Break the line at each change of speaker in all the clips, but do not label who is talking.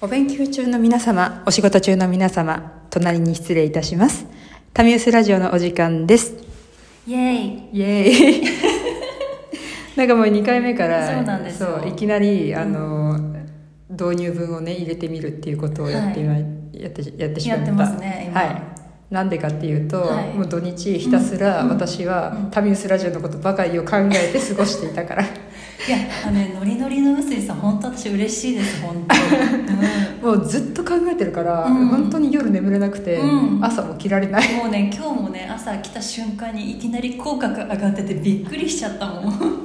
お勉強中の皆様、お仕事中の皆様、隣に失礼いたします。タミウスラジオのお時間です。
イエイ
イエーイ なんかもう2回目から
そうなんですよ
そういきなりあの、導入文をね入れてみるっていうことをやって,、やってやってしまった
やってますね今
はいなんでかっていうと、
はい
もう土日ひたすら私は、タミウスラジオのことばかりを考えて過ごしていたから
いやあのねノリノリの臼井さん本当私嬉しいです本当に、
もうずっと考えてるから、
うん
本当に夜眠れなくて、
うん
朝起きられない
うん、もうね今日もね朝来た瞬間にいきなり口角上がっててびっくりしちゃったもん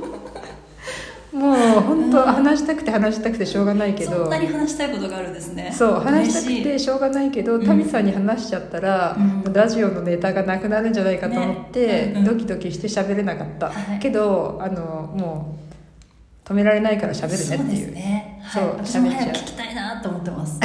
もう本当、話したくて話したくてしょうがないけど
そんなに話したいことがあるんですね
そう話した
嬉
く
い
てしょうがないけど
うん
タミさんに話しちゃったら、
うん
もうラジオのネタがなくなるんじゃないかと思って、
ねうんうん
ドキドキして喋れなかった、
はい
けどあのもう止められないから喋るねってい
そうです
う
ねは
そ
いう私も
喋っちゃ
早
う
く聞きたいなと思ってます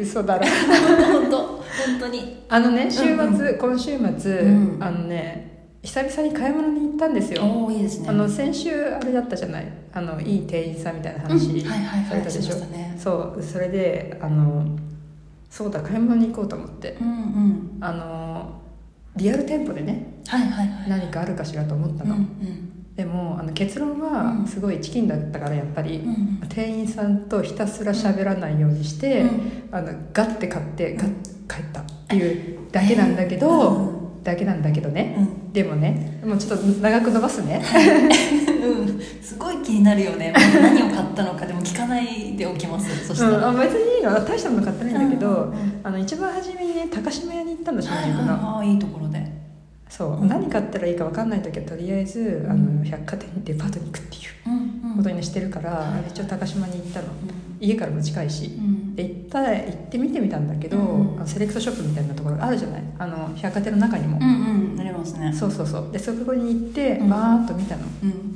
嘘だろ
本当本当本当に
あのね週末、
うんう
今週末、
うん
あのね久々に買い物に行ったんですよ、
おおいいですね
あの先週あれだったじゃないあのいい店員さんみたいな話
うんはいはいはい
されたでしょ、
しましたね
そうそれであのそうだ買い物に行こうと思って
うんうん
あのリアル店舗でね
はいはいはい
何かあるかしらと思った
うんう
の、
ん
でもあの結論
う
は
ん
すごいチキンだったからやっぱり、
うん
店員さんとひたすら喋らないようにして、
うん
あのガッて買ってガッて帰ったっていうだけなんだけど、
う
だけなんだけどね、
う
でもねもうちょっと長く伸ばすね
うんすごい気になるよねもう何を買ったのかでも聞かないでおきます そした
うん、
ら、
あ別にいいの大したもの買ってないんだけど、
うんうん
あの一番初めにね高島屋に行ったんだ新
はい
宿
はい
の。
はいいいところで
そう、
うん
何買ったらいいか分かんない時はとりあえずあの百貨店にデパートに行くっていう
うんうん
ことにねしてるから、
はいはい
一応高島に行ったの
う
家からも近いし、
ん
で行った行ってみてみたんだけど、
うん
あのセレクトショップみたいなところがあるじゃないあの百貨店の中にも、
うんうんなりますね
そうそうそうでそこに行って
うん
バーっと見たの、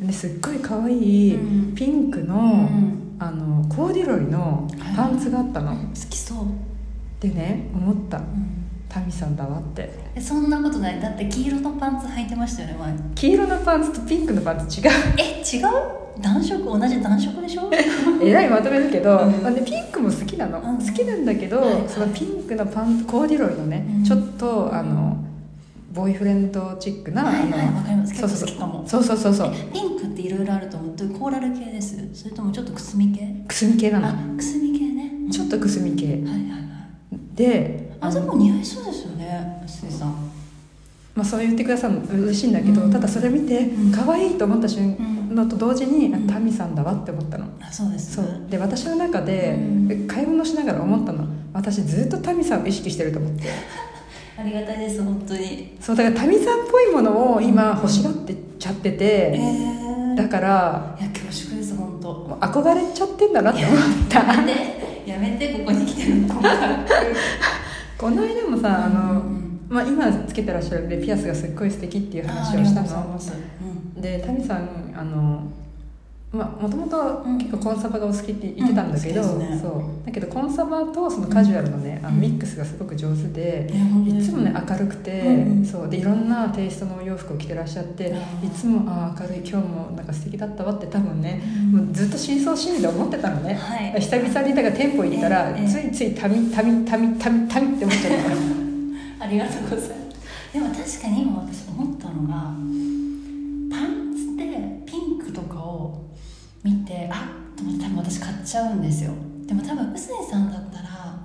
うん
ですっごい可愛い
うん
ピンクの,、
うん
あのコーデュロイのパンツがあったの、
好きそう、
でね思った
うん、
タミさんだわって
えそんなことないだって黄色のパンツ履いてましたよね前
黄色のパンツとピンクのパンツ違う
え違う暖色同じ暖色でしょ
えらいまとめるけど、
うん
まあね、ピンクも好きなの、
うん
好きなんだけど、
はい
そのピンクのパンコーデュロイのね、
うん
ちょっとあのボーイフレンドチックな、
はいはい
あの
わかります
そうそう
結構好
そうそうそうそうそう
ピンクっていろいろあると思ってコーラル系ですそれともちょっとくすみ系
くすみ系なの
あくすみ系ね
ちょっとくすみ系
はいはいはい
で
あでも似合いそうですよねすいさん
まあ、そう言ってくださるの嬉しいんだけど、
うん
ただそれ見て
うん
可愛いと思った瞬
うん
のと同時に、
うん
タミさんだわって思ったの
あそうです
そうで私の中で
うん
買い物しながら思ったの私ずっとタミさんを意識してると思って
ありがたいです本当に
そうだからタミさんっぽいものを今欲しがってちゃって
え
て、
ー、
だから
いや恐縮です本当
もう憧れちゃってんだなって思った
やめてやめてここに来てるの
この間も さあの、
うん
まあ、今つけてらっしゃるでピアスがすっごい素敵っていう話をしたの
うん
でタミさんあのまあもともと
うん
結構コンサバがお好きって言ってたんだけど、
うん好きですね
そうだけどコンサバとそのカジュアルのね、あの
うん
ミックスがすごく上手で、
いや本当
い
に
つもね明るくて、
うんうん
そうでいろんなテイストのお洋服を着てらっしゃって、
うん
いつもああ明るい今日もなんか素敵だったわって多分ね、
うん
もうずっと真相心理で思ってたのね、
はい
久々にだから店舗行ったら、
ええええ
ついついたみたみたみたみたみって思っちゃった の
ありがとうございますでも確かに今私思ったのがパンツでピンクとかを見てあでも多分私買っちゃうんですよでも多分臼井さんだったら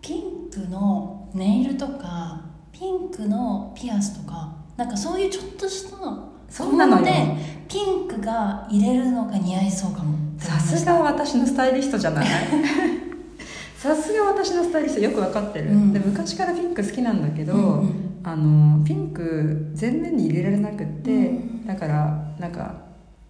ピンクのネイルとかピンクのピアスとかなんかそういうちょっとした
そんなのよ
でピンクが入れるのが似合いそうかも
さすが私のスタイリストじゃ ないさすが私のスタイリストよく分かってる、
うん
で昔からピンク好きなんだけど、
うんうん
あのピンク全面に入れられなくって、
うん
だからなんか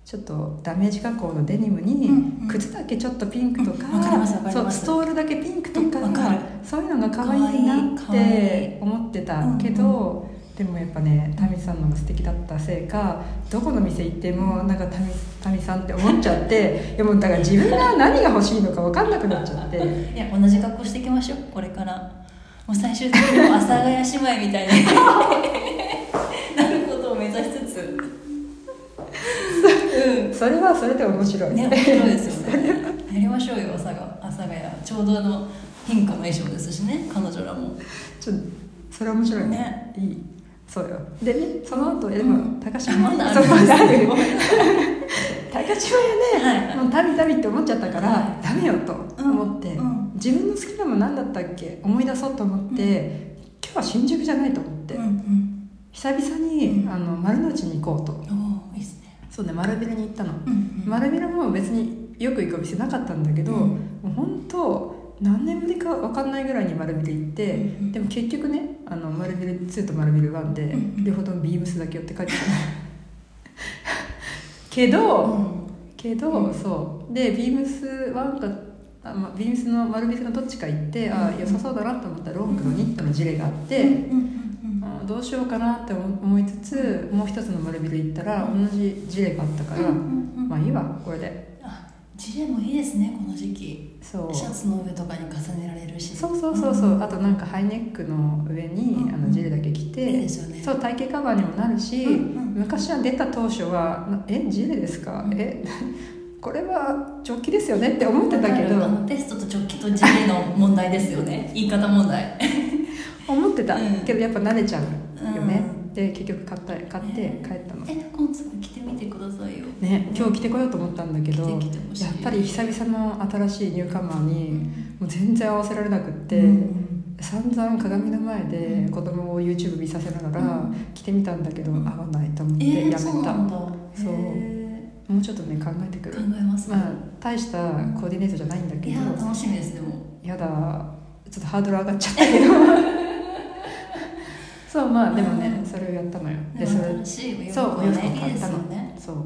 ちょっとダメージ加工のデニムに
うんうん
靴だけちょっとピンクとか,、
うんわかりますわかり
そう
ます
ストールだけピンクとか,、
うんわかる
そういうのが可愛いなっ
可愛い可
て
愛
思ってたけど、でもやっぱねタミさんのが素敵だったせいかどこの店行ってもなんかタミタミさんって思っちゃってい やもうだから自分が何が欲しいのか分かんなくなっちゃって
いや同じ格好していきましょうこれからもう最終的にもう阿佐ヶ谷 姉妹みたいになることを目指しつつうん
それはそれで面白い
ね、面白いですよね。やりましょうよ、阿佐ヶ阿佐ヶ谷。ちょうどあの、変化の衣装ですしね、彼女らも。
ちょっとそれは面白いね
ね
いいそうよでねその後えでも、
うん
高
あ
島
まだあ
そう
る
ま
んで
だあ
す
る
けど
高。島屋ね、
はい
もう旅旅って思っちゃったから、
は
ダメよと思って、
うん
自分の好きなもの何だったっけ思い出そうと思って、今日は新宿じゃないと思って、
うん
久々に、あの丸の内に行こうと
うん。おお、いいですね。
そうね丸ビルに行ったの、
うんうん。
丸ビルも別によく行くお店なかったんだけど、
うん
もう本当何年ぶりか分かんないぐらいに丸ビル行って、
うんうん
でも結局ねあの丸ビル2と丸ビル1で、
うんうん
両方ともビームスだけよって書い てたのけど、
うん
けど、
うん
そうでビームス1かあ、ま、ビームスの丸ビルのどっちか行って、あ良さそうだなと思ったロングのニットのジレがあって、
うんうん
あどうしようかなって思いつつもう一つの丸ビル行ったら同じジレがあったか
うん。
ら、
うんうんうん
まあいいわこれで
あ、ジレもいいですね、この時期。
そう
シャツの上とかに重ねられるし。
そうそうそうそう、あとなんかハイネックの上に、
うん
あのジレだけ着て、
いいですよね。
そう体型カバーにもなるし、
うんうん
昔は出た当初は「なえジレですか
うん
え これはジョッキですよね?」って思ってたけど
あのテストと直帰とジレの問題ですよ ね。言い方問題。
思ってた、
うん
けどやっぱ慣れちゃうよね、
う
で結局買った買って帰ったの、
え、今度着てみてくださいよ。
ね今日着てこようと思ったんだけど
着てきてほしい
やっぱり久々の新しいニューカマーに、もう全然合わせられなくって、
うん
散々鏡の前で子供を YouTube 見させながら
うん
着てみたんだけど合
うん
わないと思って
え
やめ
ー、
た、
そうなんだ。
そう
へ
もうちょっとね考えてく
ー
る
考えます。
まあ大したコーディネートじゃないんだけ
い
ど
や楽しみですでも。
やだちょっとハードル上がっちゃったけ どそうまあでもねそれをやったのよ
で
でそれ
も新しいお洋
そうお
服も
洋
ね
服
いい
買
で
っ
す
たの
よね。
そう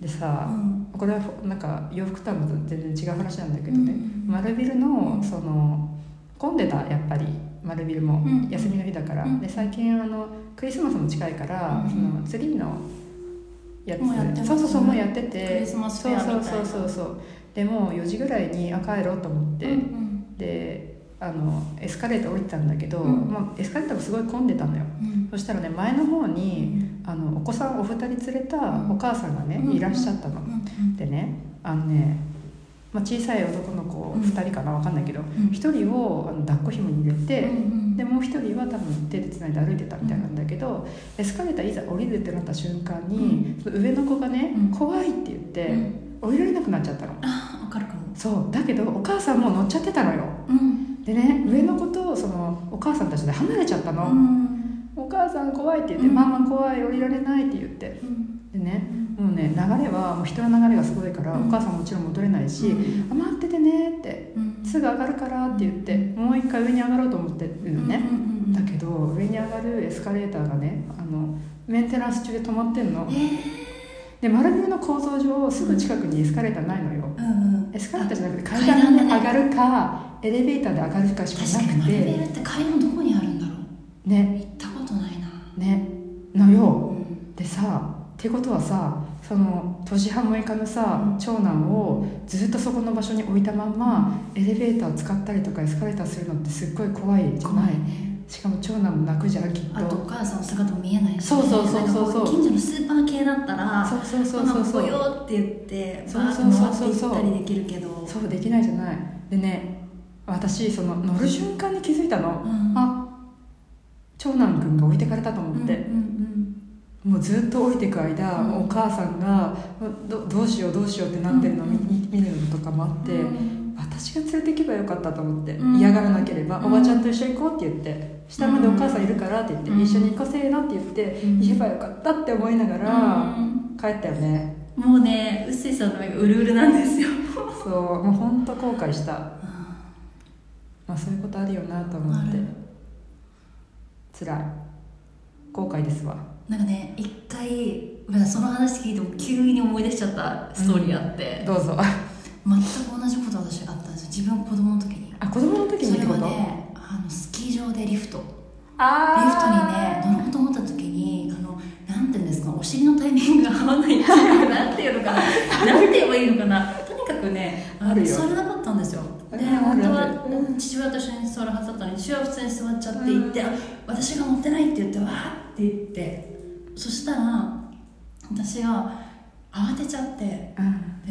で
う
さ、
ん
これはなんか洋服とはまた全然違う話なんだけど
う
ね、
ん
丸ビル
う
の
ん
その混んでたやっぱり丸ビルも、
うん
休みの日だから、
うん
で最近あのクリスマスも近いから、
うん
そのツリーのやつ
もうやってますね
そうそうそうもうやって
クリ
て
スマスフ
そう
ェアみたい
そう
な。
そうそうそうでもう4時ぐらいにあ帰ろうと思って、
うんうん
であのエスカレーター降りたんだけど、
うん
まあ、エスカレーターもすごい混んでたのよ
うん
そしたらね前の方
う
に
ん
あのお子さんお二人連れたお母さんがね、
うん
いらっしゃったの、
うん
でねあのね、まあ、小さい男の子
うん
2人かな分かんないけど
うん
1人をあの抱っこひもに入れ
う
て、
ん
でもう1人は多分手でつないで歩いてたみたいなんだけど、エスカレーターいざ降りるってなった瞬間に、その上の子がね、
うん
怖いって言っ
う
て、
ん
降りられなくなっちゃったの
あわかるかも。
そうだけどお母さんも乗っちゃってたのよ
うん
でね上の子とそのお母さんたちで離れちゃった
う
の、
ん
お母さん怖いって言って、
うん
ママ怖い降りられないって言って
うん
でねもうね流れはもう人の流れがすごいから、
うん
お母さんもちろん戻れないし「あ待っててね」って
う
「
ん
すぐ上がるから」って言ってもう一回上に上がろうと思ってるのね、
うんうんうん
だけど上に上がるエスカレーターがねあのメンテナンス中で止まってんの
えー
で丸ビルの構造上すぐ近くにエスカレーターないのよ
うんうん
エスカレーターじゃなくて
あ
階段で上
階段でね
がるかエレベーターで上がるかしか
確かに
なく
マルベ
て
ルって階段どこにあるんだろう
ね
行ったことないな
ねのよ、
うん
でさってことはさその年派6日のさ、
うん
長男をずっとそこの場所に置いたまんまエレベーターを使ったりとかエスカレーターするのってすっごい怖いじゃない
ね
しかも長男も泣くじゃんきっと
あとお母さんの姿も見えないしね
そうそうそうそうそう
なんかこ近所のスーパー系だったら
そうそうそう
マ
そう
マこ
そ
こ
う
よって言って
そ
バ
う
ー
そ
ッと
うそう
回っ
そう
て行ったりできるけど
そうできないじゃないでね私その乗る瞬間に気づいたの、
うん
あ長男くんが置いてかれたと
う
思
ん
って、
うん
もうずっと降りてく間、
うん
お母さんがどどうしようどうしようってなってるのを見,、見るのとかもあ
うん
って、
うん
私が連れてけばよかったと思って、
うん
嫌がらなければ、
うん
おばちゃんと一緒に行こうって言って下までお母さんいるからって言って、
うん
一緒に行かせーなって言って、
うん
言えばよかったって思いながら、帰ったよね
もうね臼井さんの目がうるうるなんですよ
そうもうほんと後悔した、ま
あ
あ、そういうことあるよなと思って
ある
辛い後悔ですわ
ーなんかね一回ごめんなさいその話聞いても急に思い出しちゃったストーリーあって、
どうぞ
全く同じこと私あったんですよ自分子供の時に
あ子供の時に
そ
っ
れ
てこ
は
と、
ねあのスキー場でリフトリフトに
あ
ね乗ろうと思った時にあのなんていうんですかお尻のタイミングが合わないっていうかなんていうのかな なんて言えばいいのかなとにかくね
あるよ
座れなかったんですよで
あるあ
本
る
当
ある
はうん父親と一緒に座るはずだったのに父親は普通に座っちゃって行って、
うん
あ私が乗ってないって言ってわーって言ってそしたら私が慌てちゃって
う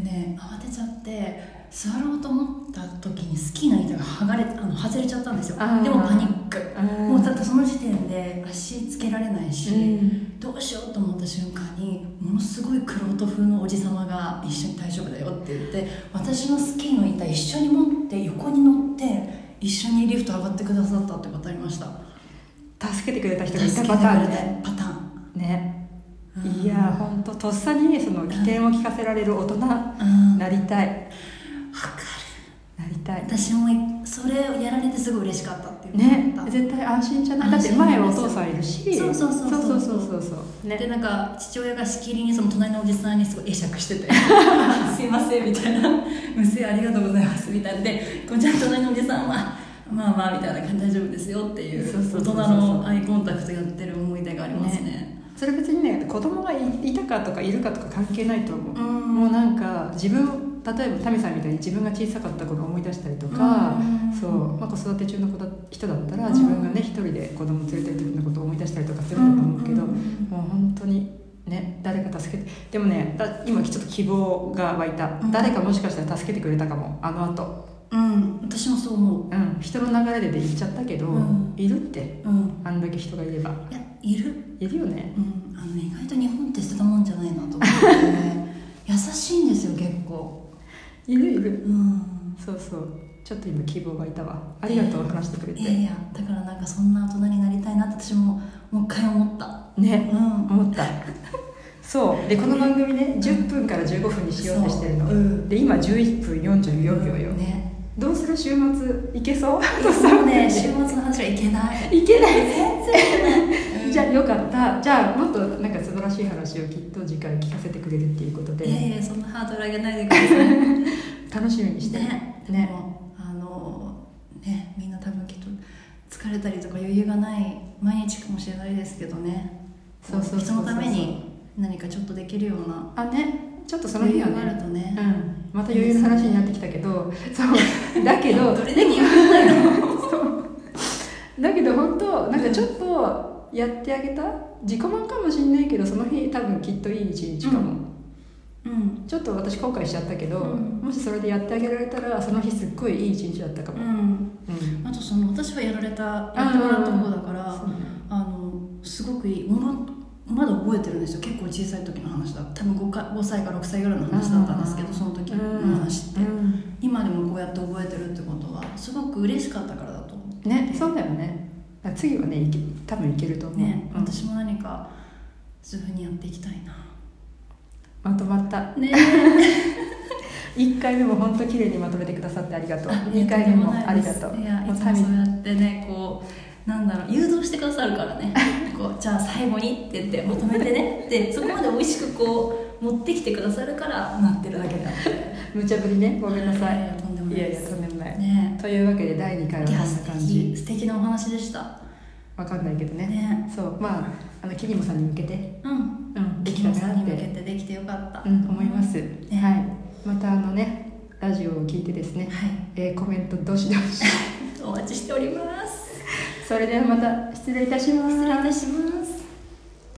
ん
でね慌てちゃって座ろうと思った時にスキーの板が剥がれあの外れちゃったんですよ
あー
でもパニックもうだって
し
その時点で足つけられないし、
うん
どうしようと思った瞬間にものすごい玄人風のおじさまが「一緒に大丈夫だよ」って言って私のスキーの板一緒に持って横に乗って一緒にリフト上がってくださったって方いました
助けてくれた人
助
がいた
けて
パターン
くれて
ね
パター
ね
ン
いや本当とっさにその起点を聞かせられる大人な
うんわかる
りたいなりたい
私もそれをやられてすごい嬉しかったっていう
ね
か
絶対安心じゃないだって
安心なんで
前
すよ
はお父さんいるし
そうそうそ
そ
うそうう
そうそうそう
で
ね
なんか父親がしきりにその隣のおじさんにすごい会 釈してて「すいません」みたいな「娘ありがとうございます」みたいなでこちらの隣のおじさんは「まあまあ」みたいな感じで大丈夫ですよってい
そう
う
そうそ
大人
うそう
のアイコンタクトやってる思い出がありますね
それ別にね子供がいいたかとかいるかとか関係ないと思う
うん
もうなんか自分例えばタミさんみたいに自分が小さかった頃を思い出したりとか、
うん
そう、まあ、子育て中の子だ人だったら自分がね一人で子供連れてる時のことを思い出したりとかするんだと思うけど、
うんうんうん
もう本当にね誰か助けてでもねだ今ちょっと希望が湧いた、
うん
誰かもしかしたら助けてくれたかもあのあと、
うん私もそう思
う
う
ん、人の流れでで行っちゃったけど、
うん
いるって
うん
あんだけ人がいれば
いやいる
いるよね
うんあのね意外と日本って捨てたもんじゃないなと思って ね優しいんですよ結構
いるいる
うん
そうそうちょっと今希望湧いたわありがとう話してくれて、
いやいやだからなんかそんな大人になりたいなって私ももう一回思った
ね
うん
思ったそうでこの番組ね10分から15分にしようとしてるの、
そううん
で今11分44秒よ、
ね
どうする週末いけそう
そ うね週末の話はいけない
いけない
全然いけな い
じゃあよかったじゃあもっとなんか素晴らしい話をきっと次回聞かせてくれるっていうことで
いやいやそんなハードル上げないでください
楽しみにして
ねで
ね
もあのねみんな多分きっと疲れたりとか余裕がない毎日かもしれないですけどね
そうそうそうそう
人のために何かちょっとできるような
あねちょっとその
余
日
裕
は
がある
ね
とね
うんまた余裕の話になってきたけど そうだけど
どれだけ 余裕ないの
そうだけど本当なんかちょっとやってあげた自己満かもしんないけどその日多分きっといい一日かも、
うん
ちょっと私後悔しちゃったけど、
うん
もしそれでやってあげられたらその日すっごいいい一日だったか
う
も、
ん
うん
あとその私はやられたやってもらった方だから
そ
あ
うね
のすごくいいままだ覚えてるんですよ結構小さい時の話だ多分 5, か5歳か6歳ぐらいの話だったんですけ
う
ど
ん
その時
うん
の話って
うん
今でもこうやって覚えてるってことはすごく嬉しかったからだと思う
ねそうだよねだから次はねいけ多分いけると思う、
ね、
うん
私も何かそういうふうにやっていきたいな
まとまった
ね
1回目も本当綺麗にまとめてくださってありがとう
いや
2回目もありがと
と
うん
でもない
も
ですいやいつもそうやってねこうなんだろう誘導してくださるか らねこうじゃあ最後にって言ってまとめてねってそこまで美味しくこう持ってきてくださるからなってるだけだ
無茶ぶりねごめんなさい
いやいやとんでもない
いやい
で
や
す
とんでもない、
ね
というわけで第2回はいこん
や
な
素
感
敵
じ
素敵なお話でした
わかんないけどね
ね
そうまああのキリモさんに向けて、
うん
うん、で
で
き
き
た
た
かな
さ
っ
ん
て
に向けてできてよかった
うん、思います、は
はい
またあのねラジオを聞いてですね、
はい
えーコメントどしどし
お待ちしております
それではまた失礼いたします
失礼いたします